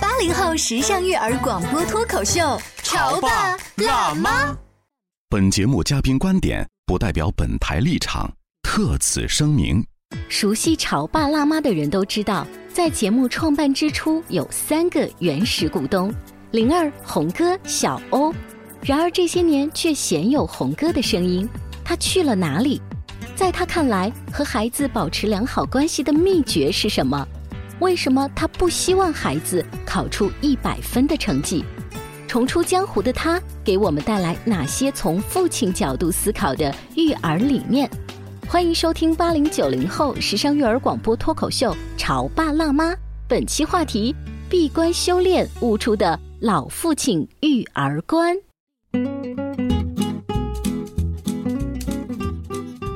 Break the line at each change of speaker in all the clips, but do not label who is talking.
八零后时尚育儿广播脱口秀，潮爸辣妈。
妈。
本节目嘉宾观点不代表本台立场，特此声明。
熟悉《潮爸辣妈》的人都知道，在节目创办之初有三个原始股东：灵儿、红哥、小欧。然而这些年却鲜有红哥的声音，他去了哪里？在他看来，和孩子保持良好关系的秘诀是什么？为什么他不希望孩子考出一百分的成绩？重出江湖的他，给我们带来哪些从父亲角度思考的育儿理念？欢迎收听八零九零后时尚育儿广播脱口秀《潮爸辣妈》。本期话题：闭关修炼悟出的老父亲育儿观。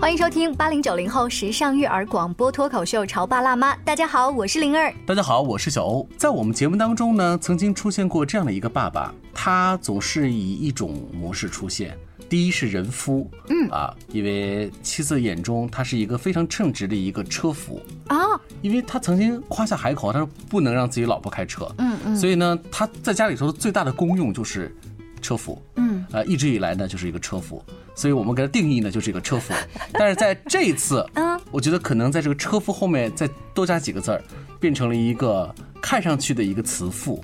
欢迎收听八零九零后时尚育儿广播脱口秀《潮爸辣妈》。大家好，我是灵儿。
大家好，我是小欧。在我们节目当中呢，曾经出现过这样的一个爸爸，他总是以一种模式出现。第一是人夫，嗯啊，因为妻子眼中他是一个非常称职的一个车夫
哦，
因为他曾经夸下海口，他说不能让自己老婆开车，嗯嗯，所以呢，他在家里头最大的功用就是车夫，嗯，呃，一直以来呢就是一个车夫，所以我们给他定义呢就是一个 车夫，但是在这一次，嗯，我觉得可能在这个车夫后面再多加几个字儿，变成了一个看上去的一个慈父。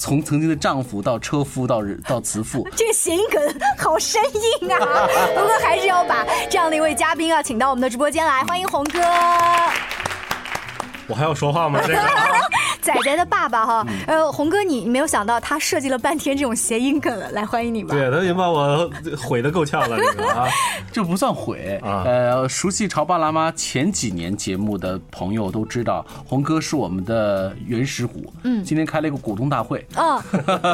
从曾经的丈夫到车夫到人到慈父，
这个谐音梗好生硬 啊！不过还是要把这样的一位嘉宾啊，请到我们的直播间来，欢迎红哥。
我还要说话吗？这个啊
仔仔的爸爸哈，呃，红哥你，你没有想到他设计了半天这种谐音梗了，来欢迎你吧。
对他已经把我毁的够呛了，这个啊，
这不算毁。
啊
呃，熟悉《潮爸辣妈》前几年节目的朋友都知道，红哥是我们的原始股。嗯，今天开了一个股东大会，
嗯，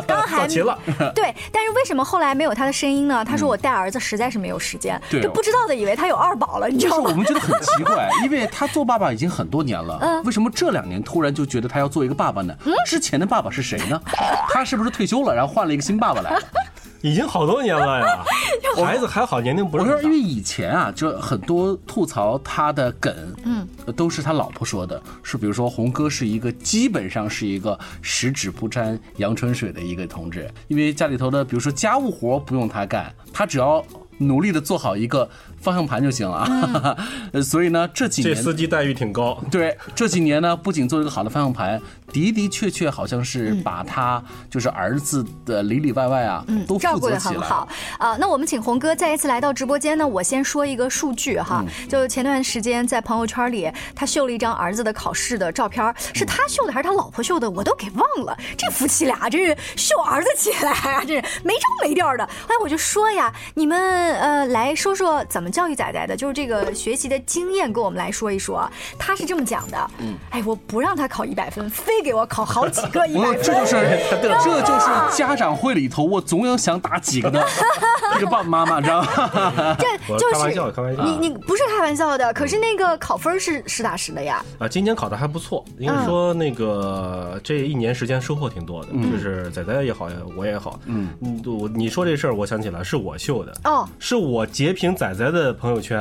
刚还
到齐了。
对，但是为什么后来没有他的声音呢？他说我带儿子实在是没有时间，
对哦
就不知道的以为他有二宝了，你知
就是
道
我
吗？
们觉得很奇怪，因为他做爸爸已经很多年了，为什么这两年突然就觉得他要做一个爸爸呢？之前的爸爸是谁呢？他是不是退休了，然后换了一个新爸爸来了？
已经好多年 了呀。孩子还好，年龄不是
我
很
说，
大
因为以前啊，就很多吐槽他的梗，嗯，都是他老婆说的，是比如说红哥是一个基本上是一个十指不沾阳春水的一个同志，因为家里头的比如说家务活不用他干，他只要努力的做好一个方向盘就行了啊。呃 所以呢，这几
这
年
司机待遇挺高。
对，这几年呢，不仅做一个好的方向盘，的的确确好像是把他就是儿子的里里外外啊，都
嗯照
负
顾
责
的
起
很
来。
好啊、那我们请红哥再一次来到直播间呢，我先说一个数据
嗯
哈，嗯就前段时间在朋友圈里，他秀了一张儿子的考试的照片，是他秀的还是他老婆秀的，我都给忘了。这夫妻俩真是秀儿子起来啊，真是没着没调的。后来我就说呀，你们呃来说说怎么教育仔仔的，就是这个学习的经验，跟我们来说一说。他是这么讲的，嗯，哎，我不让他考一百分，非给我考好几个一百
我
分。
这就是 这就是家长会里头，我总有想打几个 的这个爸爸妈妈，知道吗？
这
我
就是
开玩笑开玩笑
你你不是开玩笑的，可是那个考分是实打实的呀。
啊，今年考的还不错，应该说那个这一年时间收获挺多的，就是仔仔也好，我也好，嗯，我你说这事儿，我想起来是我秀的，
哦
是我截屏仔仔的朋友圈，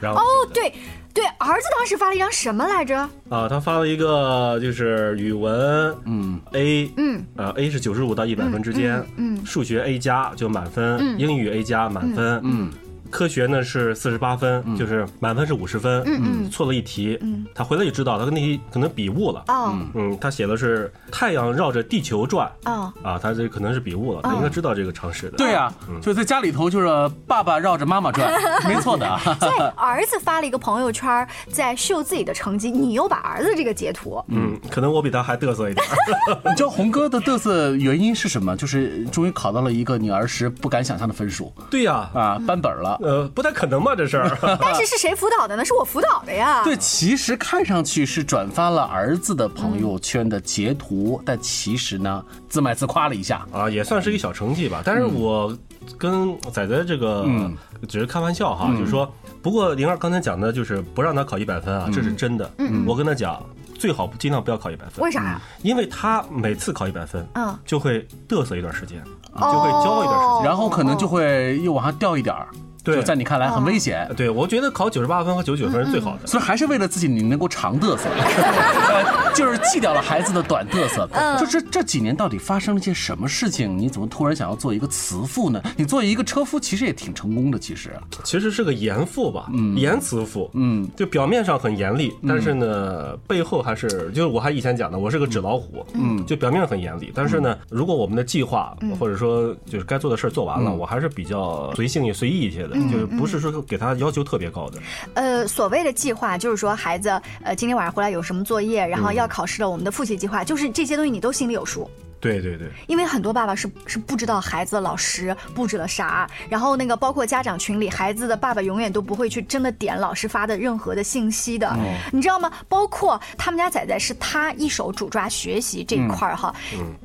然后
哦，对对，儿子当时发了一张什么来着？
啊，他发了一个就是语文，嗯，A，嗯，呃，A 是九
嗯
十五到一百分之间，嗯，数学 A 加就满分，英语 A 加满分，嗯，科学呢是四十八分，就是满分是五十分，
嗯嗯
错了一题，
嗯
他回来就知道他跟那题可能笔误了，
哦
嗯，他写的是太阳绕着地球转，
哦，
啊，他这可能是笔误了，他应该知道这个常识的，
对啊呀、就在家里头就是爸爸绕着妈妈 转，没错的啊。
所以儿子发了一个朋友圈，在秀自己的成绩，你又把儿子这个截图，
嗯，可能我比他还嘚瑟一点儿，
你知道红哥的嘚瑟原因是什么？就是终于考到了一个你儿时不敢想象的分数
对呀、
啊，扳本儿了。
呃，不太可能吧这事儿，
但是是谁辅导的呢？是我辅导的呀。
对，其实看上去是转发了儿子的朋友圈的截图，但其实呢，自卖自夸了一下。
啊，也算是一小成绩吧。但是我跟仔仔这个、
嗯
只是开玩笑哈，就是说，不过灵儿刚才讲的就是不让他考一百分
嗯
啊，这是真的。我跟他讲，最好尽量不要考一百分。
为啥呀？
因为他每次考一百分，
嗯，
就会嘚瑟一段时间，
哦
就会教一段时间。
然后可能就会又往下掉一点儿，
对
就在你看来很危险。
对，我觉得考九十八分和九九分是最好的。
所以还是为了自己你能够长嘚瑟，呃就是戒掉了孩子的短嘚瑟。就这这几年到底发生了些什么事情？你怎么突然想要做一个慈父呢？你做一个车夫其实也挺成功的，其实
其实是个严父吧，严慈父，
嗯，
就表面上很严厉，但是呢，背后还是就是我还以前讲的，我是个纸老虎，嗯，就表面上很严厉，但是呢，如果我们的计划或者说就是该做的事儿做完了，我还是比较随性也随意一些的，就是不是说给他要求特别高的，
呃，所谓的计划就是说，孩子，呃，今天晚上回来有什么作业，然后
嗯
要考试了，我们的复习计划，就是这些东西你都心里有数。
对对对，
因为很多爸爸是是不知道孩子的老师布置了啥，然后那个包括家长群里，孩子的爸爸永远都不会去真的点老师发的任何的信息的，你知道吗？包括他们家仔仔是他一手主抓学习这一块儿哈，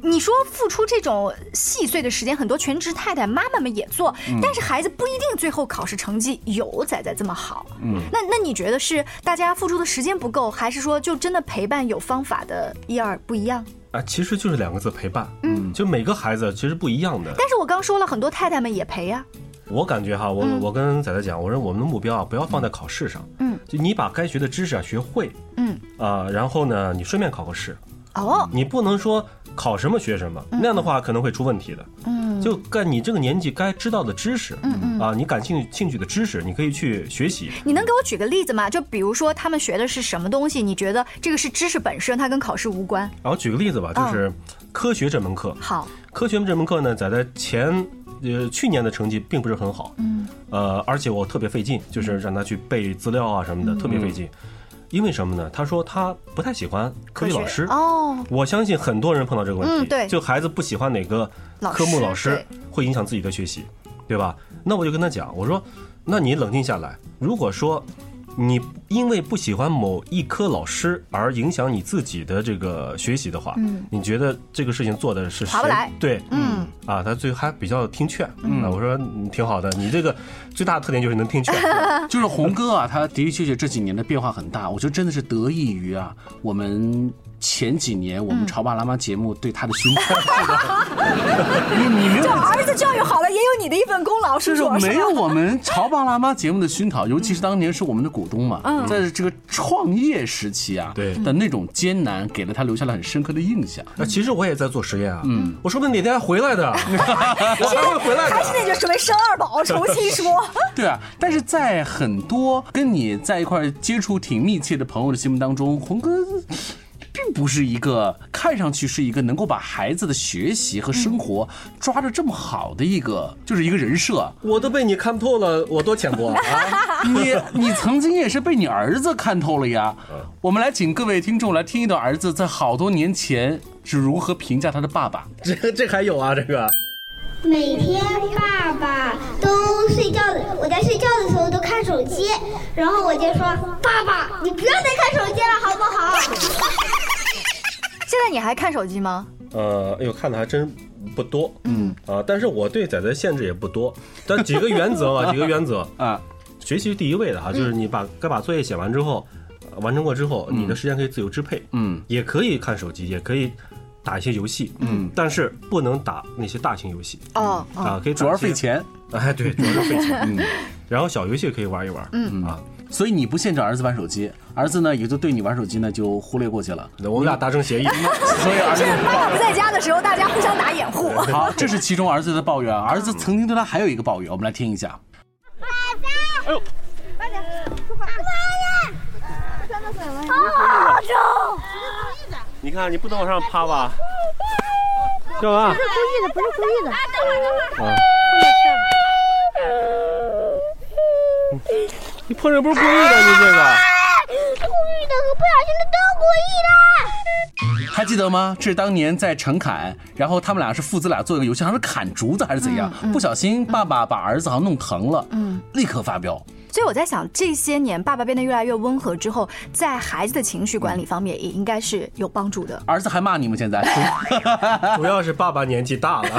你说付出这种细碎的时间，很多全职太太妈妈们也做，但是孩子不一定最后考试成绩有仔仔这么好，嗯，那那你觉得是大家付出的时间不够，还是说就真的陪伴有方法的一二不一样？
啊，其实就是两个字陪伴，嗯，就每个孩子其实不一样的，
但是我刚说了，很多太太们也陪啊呀、
我感觉哈，我我跟仔仔讲，我说我们的目标啊，不要放在考试上，
嗯，
就你把该学的知识啊学会，
嗯，
啊，然后呢，你顺便考个试，
哦，
你不能说考什么学什么，那样的话可能会出问题的。
嗯，
就干你这个年纪该知道的知识，啊，你感兴趣兴趣的知识，你可以去学习。
你能给我举个例子吗？就比如说他们学的是什么东西？你觉得这个是知识本身，它跟考试无关？
然后举个例子吧，
嗯
就是科学这门课，
好，
科学这门课呢，在在前呃去年的成绩并不是很好，嗯，呃，而且我特别费劲，就是让他去背资料啊什么的，
嗯
特别费劲。因为什么呢？他说他不太喜欢科学老师。
哦，
我相信很多人碰到这个问题，
嗯对
就孩子不喜欢哪个
老
科目
师
老师
对，
会影响自己的学习，对吧？那我就跟他讲，我说，那你冷静下来，如果说你因为不喜欢某一科老师而影响你自己的这个学习的话，
嗯
你觉得这个事情做的是
划不
谁
来
对，
嗯，
啊，他最还比较听劝，嗯，啊，我说嗯挺好的，你这个最大的特点就是能 听劝，
就是红哥啊，他的的确确这几年的变化很大，我觉得真的是得益于啊，我们前几年我们潮爸辣妈节目对他的熏陶。 你你没有
就儿子教育好了，也有你的一份功劳，
就是是
不是？
没有我们潮爸辣妈节目的熏 陶，尤其是当年是我们的股东嘛，在这个创业时期啊，
对
的那种艰难，给了他留下了很深刻的印象。
啊，其实我也在做实验啊，嗯，我说不定哪天还回来的，我还会回来的，
还是那句准备生二宝，重新 说。
对啊，但是在很多跟你在一块儿接触挺密切的朋友的心目当中，红哥。并不是一个看上去是一个能够把孩子的学习和生活抓得这么好的一个，就是一个人设。
我都被你看透了，我多浅薄啊！
你你曾经也是被你儿子看透了呀。我们来请各位听众来听一段儿子在好多年前是如何评价他的爸爸。
这这还有啊，这个
每天爸爸都睡觉的，我在睡觉的时候都看手机，然后我就说：“爸爸，你不要再看手机了，好不好？”
现在你还看手机吗？
呃，哎呦，看的还真不多，嗯啊，但是我对仔仔限制也不多，但几个原则吧，几个原则，
啊，嗯
学习是第一位的哈，就是你把该把作业写完之后，呃完成过之后，你的时间可以自由支配，
嗯，
也可以看手机，也可以打一些游戏，嗯，但是不能打那些大型游戏
哦，哦
啊，可以
主
主
要是费，钱，嗯
哎，对，主要是费钱， 然后小游戏可以玩一玩，嗯啊，
所以你不限制儿子玩手机，儿子呢也就对你玩手机呢就忽略过去了。
我们俩达成协议，
所以儿子
爸爸不在家的时候，大家互相打掩护。
好，这是其中儿子的抱怨。儿子曾经对他还有一个抱怨，我们来听一下。
爸爸，
哎呦，
快点，快点！真的怎么好重！
你看你不能往上 趴吧？干嘛？
故意的，不是故意的。等会儿，等会儿。
啊！你碰这不是故意的，你这个。
故意的和不小心的都故意的。
还记得吗？这是当年在陈凯，然后他们俩是父子俩做一个游戏，好像是砍竹子还是怎样，不小心爸爸把儿子好像弄疼了，嗯，立刻发飙。
所以我在想，这些年爸爸变得越来越温和之后，在孩子的情绪管理方面也应该是有帮助的。
儿子还骂你们现在，
主要是爸爸年纪大了，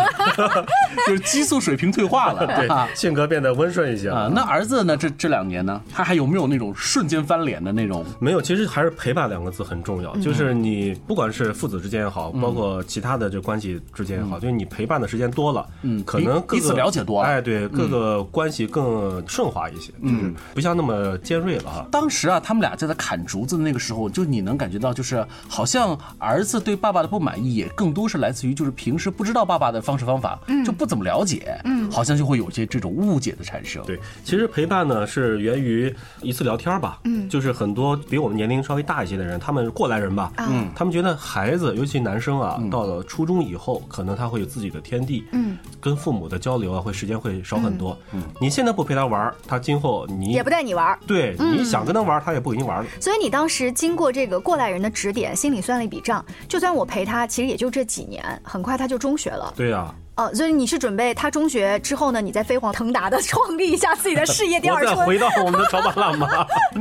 就是激素水平退化了，
对
啊，
性格变得温顺一些
啊
了。
那儿子呢？这这两年呢，他还有没有那种瞬间翻脸的那种？
没有，其实还是陪伴两个字很重要。
嗯
就是你不管是父子之间也好，包括其他的这关系之间也好，就是你陪伴的时间多了，
嗯
可
彼
能各个
彼此了解多了嗯
哎，对，各个关系更顺滑一些，就是不像那么尖锐了哈。
当时啊，他们俩就在砍竹子的那个时候，就你能感觉到，就是好像儿子对爸爸的不满意，也更多是来自于就是平时不知道爸爸的方式方法，就不怎么了解，嗯，好像就会有些这种误解的产生。
对，其实陪伴呢是源于一次聊天儿吧，嗯，就是很多比我们年龄稍微大一些的人，他们过来人吧，
啊
嗯，他们觉得孩子，尤其男生啊，到了初中以后，可能他会有自己的天地，嗯，跟父母的交流啊，会时间会少很多。嗯，你现在不陪他玩儿，他今后你
也不带你嗯玩儿，
对，你想跟他玩儿，他也不跟你玩儿了。
所以你当时经过这个过来人的指点，心里算了一笔账，就算我陪他，其实也就这几年，很快他就中学了。
对啊，
哦，所以你是准备他中学之后呢，你在飞黄腾达的创立一下自己的事业， 第
我
二
再回
春。
到我们的潮爸辣妈，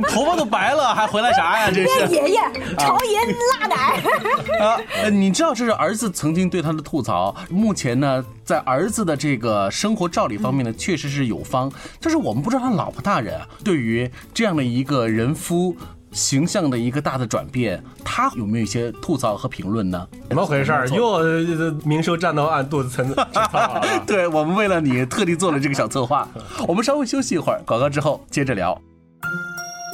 头发都白了，还回来啥呀？这
变
是
爷爷，朝爷辣奶。
啊，呃你知道这是儿子曾经对他的吐槽。目前呢，在儿子的这个生活照理方面呢，确实是有方，但是我们不知道他老婆大人啊，对于这样的一个人夫。形象的一个大的转变，他有没有一些吐槽和评论呢？
怎么回事儿？又呃明修栈道，暗度陈仓啊。
对我们为了你特地做了这个小策划。我们稍微休息一会儿，广告之后接着聊。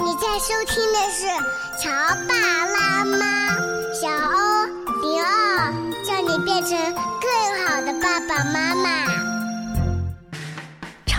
你在收听的是《潮爸辣妈》，小欧零二，叫你变成更好的爸爸妈妈。
《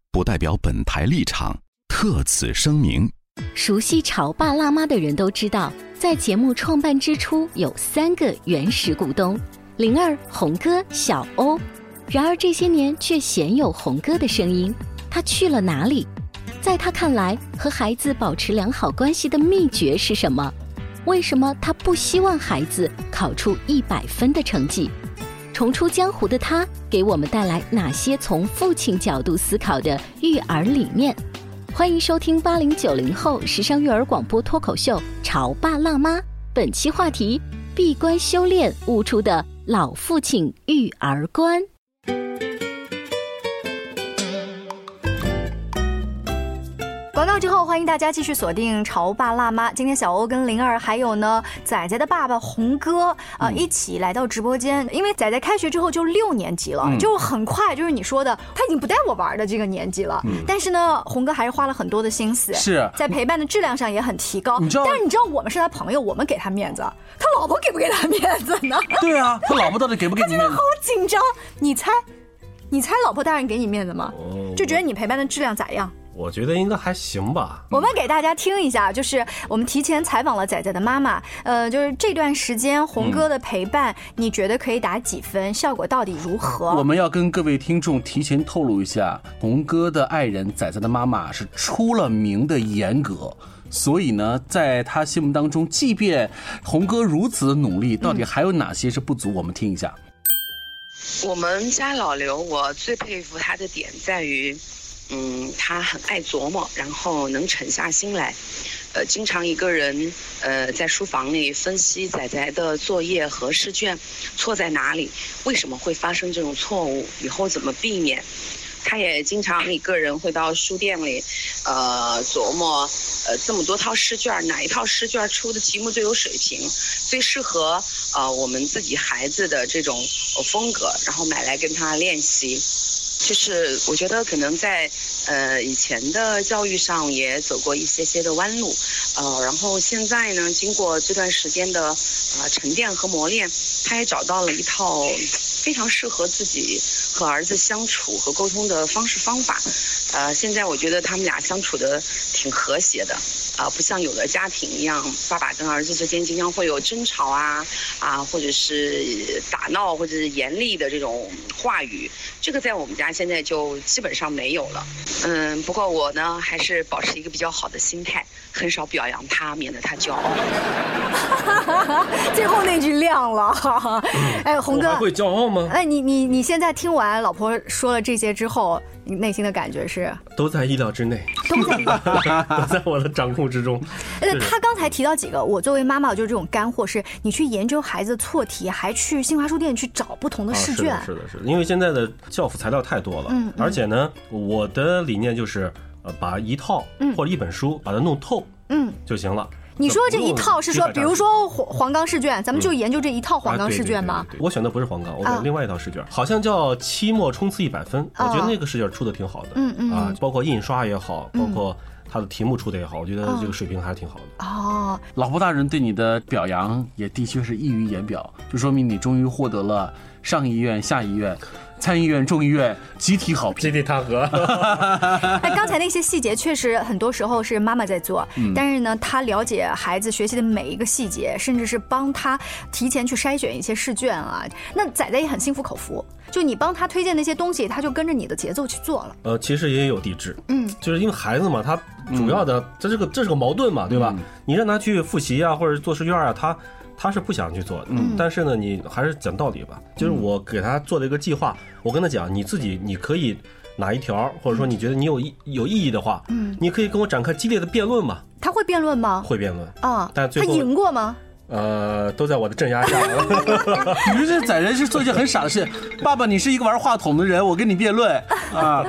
不代表本台立场，特此声明。
熟悉《潮爸辣妈》的人都知道，在节目创办之初有三个原始股东：灵儿、红哥、小欧。然而这些年却鲜有红哥的声音，他去了哪里？在他看来，和孩子保持良好关系的秘诀是什么？为什么他不希望孩子考出一百分的成绩？重出江湖的他，给我们带来哪些从父亲角度思考的育儿理念？欢迎收听八零九零后时尚育儿广播脱口秀《潮爸辣妈》。本期话题：闭关修炼悟出的老父亲育儿观。
广告之后，欢迎大家继续锁定《潮爸辣妈》。今天小欧跟灵儿还有呢仔仔的爸爸红哥啊、呃
嗯
一起来到直播间，因为仔仔开学之后就六年级
嗯
了，就是很快，就是你说的他已经不带我玩的这个年纪了。但是呢，红哥还是花了很多的心思，
嗯是
在陪伴的质量上也很提高。
你知道
但是你知道我们是他朋友，我们给他面子，他老婆给不给他面子呢？
对啊，他老婆到底给不给你面子
好？紧张，你猜，你猜老婆大人给你面子吗？
哦
就觉得你陪伴的质量咋样？
我觉得应该还行吧。
我们给大家听一下，就是我们提前采访了仔仔的妈妈，呃，就是这段时间红哥的陪伴，你觉得可以打几分？效果到底如
我
何？
们要跟各位听众提前透露一下，红哥的爱人仔仔的妈妈是出了名的严格。所以呢，在他心目当中，即便红哥如此的努力，到底还有哪些是不足？我们听一下。
我们家老刘，我最佩服他的点在于，嗯，他很爱琢磨，然后能沉下心来。呃，经常一个人，呃，在书房里分析仔仔的作业和试卷，错在哪里，为什么会发生这种错误，以后怎么避免。他也经常一个人会到书店里，呃，琢磨，呃，这么多套试卷，哪一套试卷出的题目最有水平，最适合呃我们自己孩子的这种呃风格，然后买来跟他练习。就是我觉得可能在呃以前的教育上也走过一些些的弯路，呃，然后现在呢，经过这段时间的呃沉淀和磨练，他也找到了一套非常适合自己和儿子相处和沟通的方式方法，呃，现在我觉得他们俩相处的挺和谐的，啊、不像有的家庭一样，爸爸跟儿子之间经常会有争吵啊啊，或者是打闹或者是严厉的这种话语，这个在我们家现在就基本上没有了。嗯，不过我呢还是保持一个比较好的心态，很少表扬他，免得他骄傲。
最后那句亮了， 哎，红
我
哥
还，会骄傲吗？
哎，你你你现在听完老婆说了这些之后，你内心的感觉是？
都在意料之内，
都在
都在我的掌控之中。
呃，
是
他刚才提到几个，我作为妈妈，就是这种干货，是你去研究孩子的错题，还去新华书店去找不同的
啊
试卷。
是的，是的，是的，因为现在的教辅材料太多了，
嗯嗯
而且呢，我的理念就是，呃，把一套或者一本书把它弄透
嗯，
就行了。
你说这
不
一
用
套是
几
说，
百
比
张
如
纸
说黄黄冈试卷，咱们就
嗯
研究这一套黄冈试卷吗
啊？对对对对对我选的不是黄冈，我选
啊
的另外一套试卷，好像叫期末冲刺一百分，我
哦
觉得那个试卷出的挺好的，
嗯嗯
啊
嗯，
包括印刷也好，包括它的题目出的也好，我觉得
哦
这个水平还是挺好的。
哦，
老婆大人对你的表扬也的确是溢于言表，就说明你终于获得了上议院、下议院、参议院、众议院 集体好评，集
体弹劾。
哎，刚才那些细节确实很多时候是妈妈在做，
嗯
但是呢，她了解孩子学习的每一个细节，甚至是帮他提前去筛选一些试卷啊。那仔仔也很心服口服，就你帮他推荐那些东西，他就跟着你的节奏去做了。
呃，其实也有抵制，
嗯，
就是因为孩子嘛，他主要的、这是个这是个矛盾嘛，对吧？你让他去复习啊，或者做试卷啊，他他是不想去做的，
嗯
但是呢，你还是讲道理吧。就是我给他做了一个计划，我跟他讲，你自己你可以哪一条，或者说你觉得你有意有意义的话，
嗯
你可以跟我展开激烈的辩论嘛，
他会辩论吗？
会辩论，
啊，他
但最后
赢过吗？
呃，都在我的镇压下。
你说这宰人是做一件很傻的事。爸爸，你是一个玩话筒的人，我跟你辩论啊。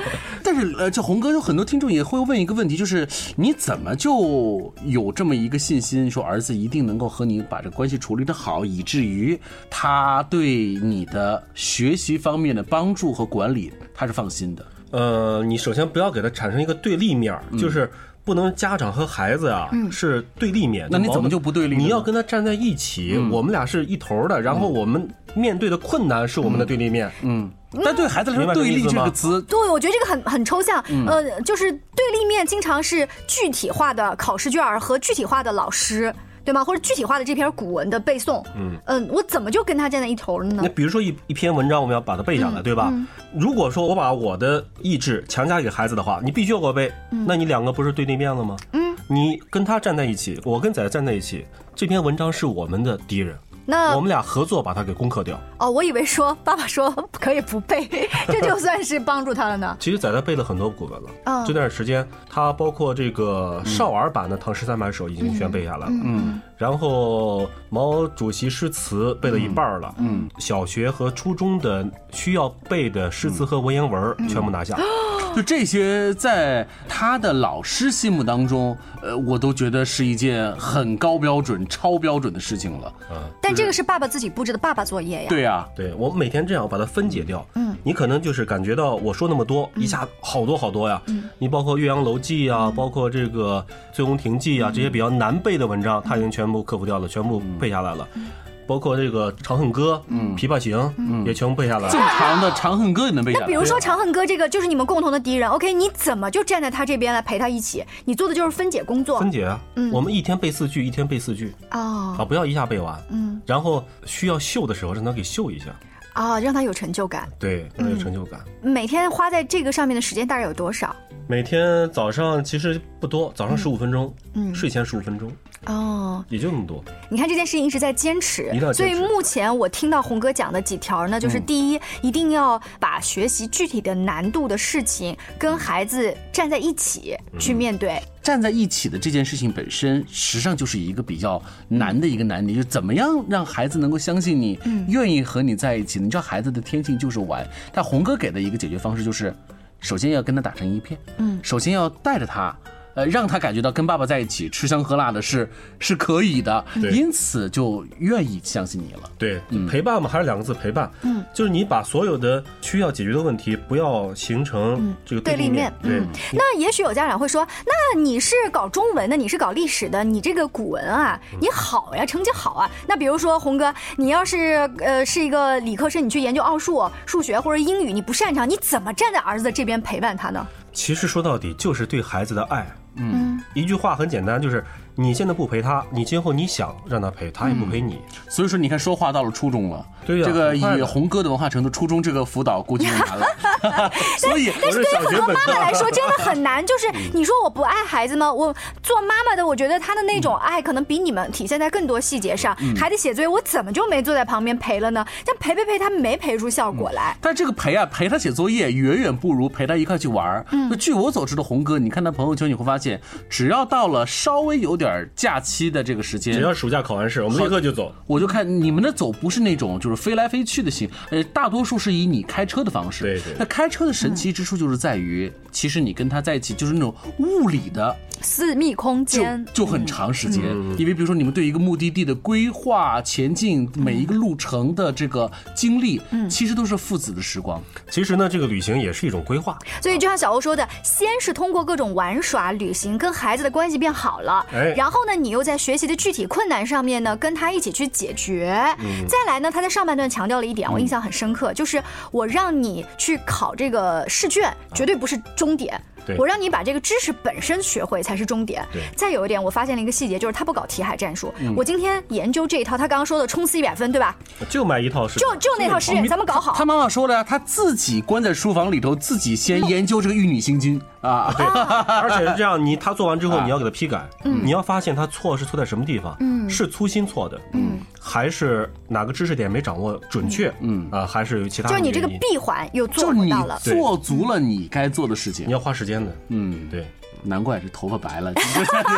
但是呃，这红哥有很多听众也会问一个问题，就是你怎么就有这么一个信心，说儿子一定能够和你把这关系处理得好，以至于他对你的学习方面的帮助和管理，他是放心的。
呃，你首先不要给它产生一个对立面儿，就是不能家长和孩子啊、
嗯
是对立面。
那你
矛
怎么
盾
就不对立了呢
你要跟他站在一起，
嗯
我们俩是一头儿的，然后我们面对的困难是我们的对立面。
嗯，但对孩子来说，对立这个词
对，我觉得这个很很抽象。
嗯
呃，就是对立面经常是具体化的考试卷儿和具体化的老师，对吗？或者具体化的这篇古文的背诵。
嗯。
嗯、我怎么就跟他站在一头了呢
那？比如说一一篇文章，我们要把它背下来，
嗯
对吧、
嗯
如果说我把我的意志强加给孩子的话，你必须要给我背、
嗯
那你两个不是对立面了吗？
嗯，
你跟他站在一起，我跟仔仔站在一起，这篇文章是我们的敌人，
那
呃
我们俩合作把它给攻克掉。
哦，我以为说爸爸说可以不背，这就算是帮助他了 呢。
其实仔仔背了很多古文了，
嗯
这段时间他包括这个少儿版的《唐诗三百首》已经全背下来了，
嗯，
然后毛主席诗词背了一半了，
嗯，
小学和初中的需要背的诗词和文言文
嗯
儿全部拿下，
就这些，在他的老师心目当中，呃，我都觉得是一件很高标准、超标准的事情了。
但这个是爸爸自己布置的爸爸作业呀。
对啊呀、
对我每天这样把它分解掉，
嗯，
你可能就是感觉到我说那么多，一下好多好多呀，
嗯
你包括《岳阳楼记》啊，包括这个《醉翁亭记》
嗯
啊，这些比较难背的文章，他已经全部克服掉了，全部背下来了。包括这个《长恨歌》、《琵琶行》
嗯
也全部背下来了。
这么长的《长恨歌》也能背下来。啊
那比
啊
如说《长恨歌》这个就是你们共同的敌人，OK？你怎么就站在他这边来陪他一起？你做的就是分解工作。
分解啊
嗯，
我们一天背四句，一天背四句
哦
啊，不要一下背完。
嗯
然后需要秀的时候，让他给秀一下，
啊、让他有成就感。
对，让他
嗯
有成就感。
每天花在这个上面的时间大概有多少？
每天早上其实不多，早上十五分钟，
嗯
睡前十五分钟，
哦，
也就那么多。
你看这件事情一直在坚持
一定，要
所
坚
以
持
目前我听到红哥讲的几条呢，就是
嗯
第一，一定要把学习具体的难度的事情跟孩子站在一起
嗯
去面对。
站在一起的这件事情本身，实际上就是一个比较难的一个难题，就是怎么样让孩子能够相信你，
嗯
愿意和你在一起。你知道孩子的天性就是玩，但红哥给的一个解决方式就是，首先要跟他打成一片，
嗯
首先要带着他。呃，让他感觉到跟爸爸在一起吃香喝辣的是是可以的，因此就愿意相信你了。
对，陪伴嘛，还是两个字陪伴。
嗯，
就是你把所有的需要解决的问题，不要形成这个
嗯对
立
立面，
对，
嗯，那也许有家长会说，那你是搞中文的，你是搞历史的，你这个古文啊，
嗯
你好呀，成绩好啊。那比如说红哥，你要是呃是一个理科生，你去研究奥数、数学或者英语，你不擅长，你怎么站在儿子这边陪伴他呢？
其实说到底就是对孩子的爱。
嗯，
一句话很简单，就是你现在不陪他，你今后你想让他陪，他也不陪你。
嗯
所以说，你看说话到了初中了，
对呀、
这个
很
以
快的
红哥的文化程度，初中这个辅导估计就难了。 所以
但是对于很多妈妈来 说，真的很难。就是
嗯
你说我不爱孩子吗？我做妈妈的，我觉得她的那种爱可能比你们体现在更多细节上
嗯。
孩子写作业，我怎么就没坐在旁边陪了呢？但陪陪陪，他没陪出效果来。
但这个陪啊，陪他写作业远远不如陪他一块去玩儿。
嗯
那据我所知的红哥，你看他朋友圈，你会发现，只要到了稍微有点假期的这个时间，
只要暑假考完试，我们立刻就走。
我就看你们的走不是那种就是飞来飞去的行，呃，大多数是以你开车的方式。对对。那开车的神奇之处就是在于，其实你跟他在一起就是那种物理的
私密空
就
间
就很长时间
嗯，
因为比如说你们对一个目的地的规划、前进每一个路程的这个经历，
嗯
其实都是父子的时光。
其实呢，这个旅行也是一种规划。
所以就像小欧说的，先是通过各种玩耍、旅行跟孩子的关系变好了，
哎
然后呢，你又在学习的具体困难上面呢，跟他一起去解决。
嗯
再来呢，他在上半段强调了一点，我印象很深刻，就是我让你去考这个试卷，绝对不是终点。
对
我让你把这个知识本身学会才是终点
对。
再有一点，我发现了一个细节，就是他不搞题海战术。
嗯
我今天研究这一套，他刚刚说的冲刺一百分，对吧？
就买一套是吧，
就就那套试卷，咱们搞好。
他妈妈说了呀，他自己关在书房里头，自己先研究这个玉女心经啊。
对， 而且是这样，你他做完之后，你要给他批改，
嗯
你要发现他错是错在什么地方，
嗯
是粗心错的，嗯，还是哪个知识点没掌握准确，嗯啊，还是有其他
就
的
是
原因，
你这个闭环又做
就是
不
你
到了，
做足了你该做的事情，你
要花时间的。
嗯，
对，
难怪这头发白了，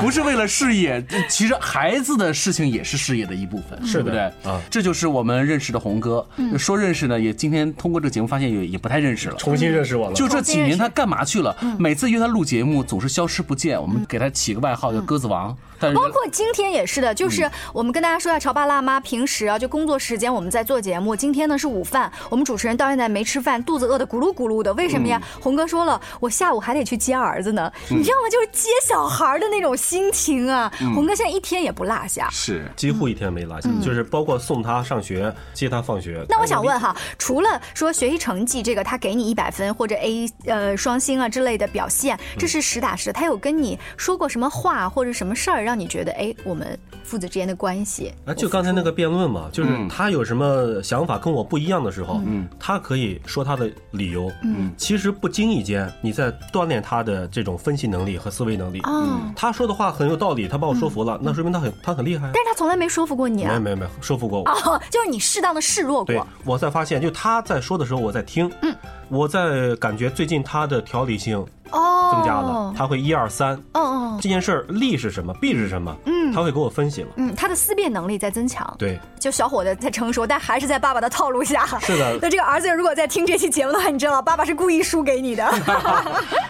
不是为了事业，这其实孩子的事情也是事业的一部分，
是
对
的
不对？
啊，
这就是我们认识的红哥。
嗯
说认识呢，也今天通过这个节目发现也也不太认识了，
重新认识我了
就这几年他干嘛去了
重新认？识
每次约他录节目总是消失不见，我们给他起个外号叫鸽子王，但是
嗯包括今天也是
嗯
的，就是我们跟大家说一下，潮爸辣妈平时啊，就工作时间我们在做节目，今天呢是午饭，我们主持人到现在没吃饭，肚子饿得咕噜咕噜的，为什么呀？红哥说了，我下午还得去接儿子呢，
嗯
你知道吗？就是接小孩的那种心情啊，
嗯
红哥现在一天也不落下。
是
几乎一天没落下，
嗯
就是包括送他上学、接他放学。哎
那我想问哈，除了说学习成绩这个他给你一百分或者 A 呃双星啊之类的表现，
嗯
这是实打实的，他有跟你说过什么话或者什么事儿让你觉得哎，我们父子之间的关系
哎，就刚才那个辩论嘛，就是他有什么想法跟我不一样的时候，他可以说他的理由。
嗯
其实不经意间，你在锻炼他的这种分析能力和思维能力。
哦嗯
他说的话很有道理，他把我说服了，那说明他很他很厉害啊。
但是他从来没说服过你
没有
啊。
没有没有说服过我。
哦， 就是你适当的示弱
对
过。，
我才发现，就他在说的时候，我在听，嗯，我在感觉最近他的条理性
哦，
增加了，他会一二三，
哦哦，
这件事儿利是什么，弊是什么，
嗯
他会给我分析了，
嗯，他的思辨能力在增强。
对，
就小伙子在成熟，但还是在爸爸的套路下。
是的
那这个儿子如果在听这期节目的话，你知道，爸爸是故意输给你的。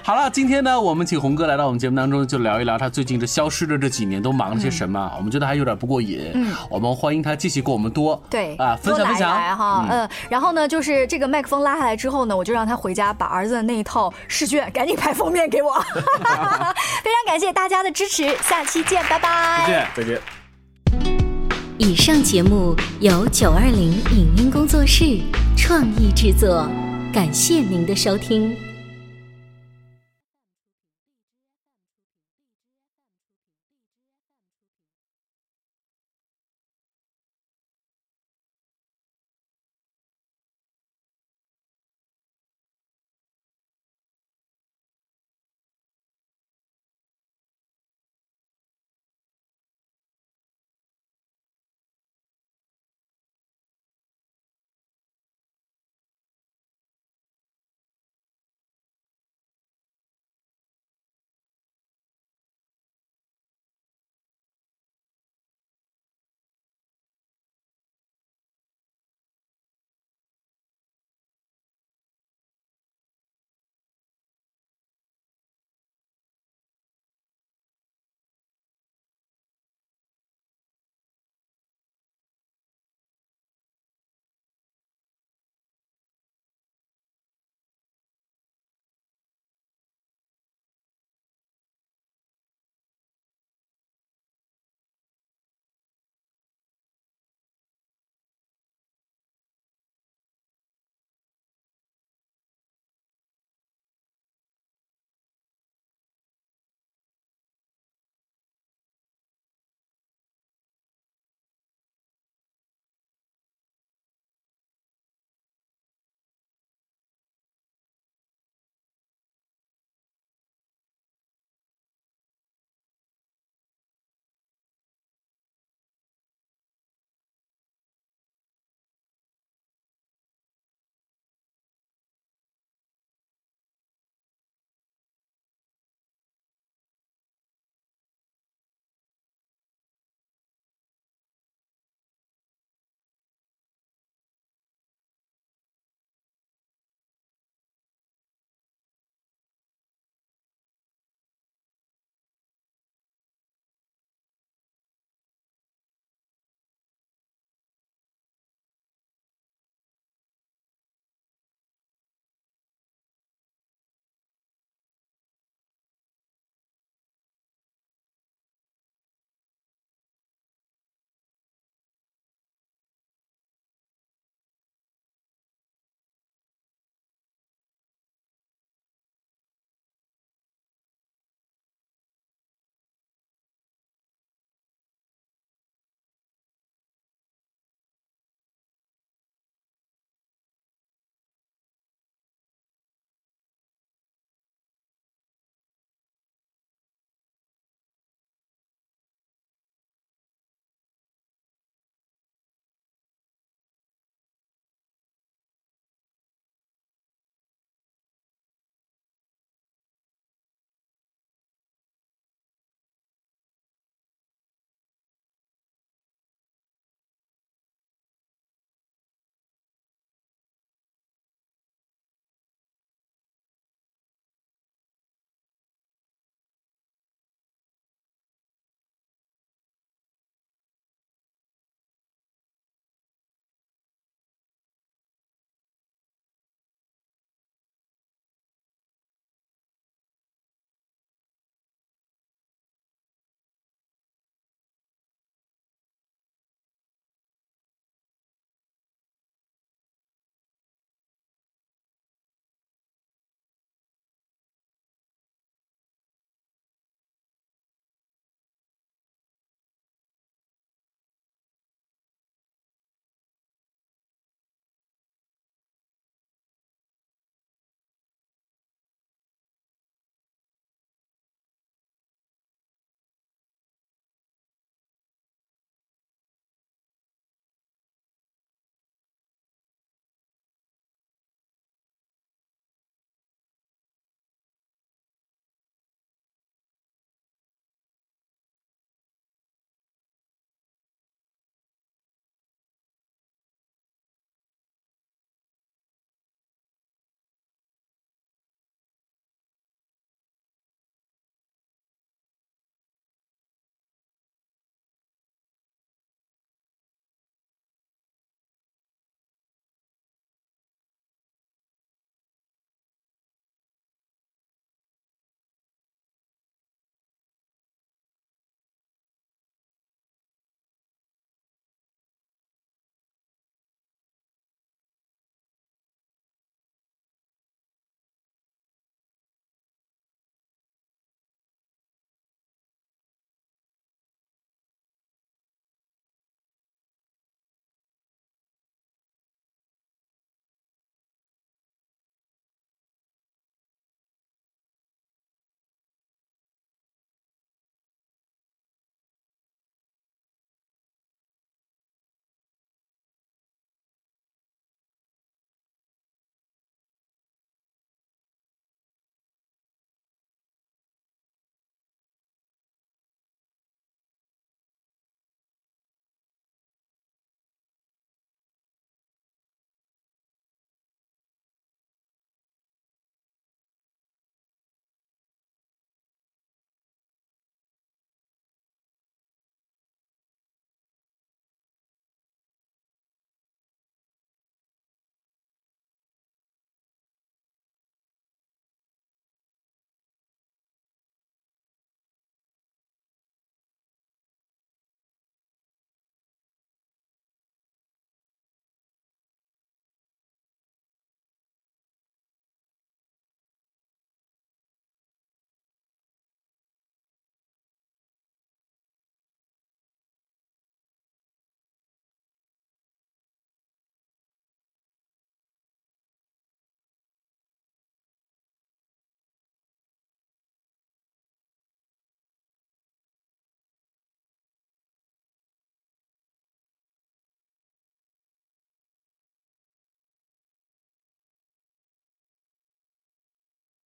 好了，今天呢，我们请红哥来到我们节目当中，就聊一聊他最近这消失的这几年都忙了些什么啊。我们觉得还有点不过瘾，
嗯
我们欢迎他继续跟我们多
对
啊分
多来
享分
一
享
来哈，
嗯
嗯，然后呢，就是这个麦克风拉下来之后呢，我就让他回家把儿子的那一套试卷赶紧拍封面给我。 非常感谢大家的支持，下期见，拜拜。
见再见。
以上节目由九二零影音工作室创意制作，感谢您的收听。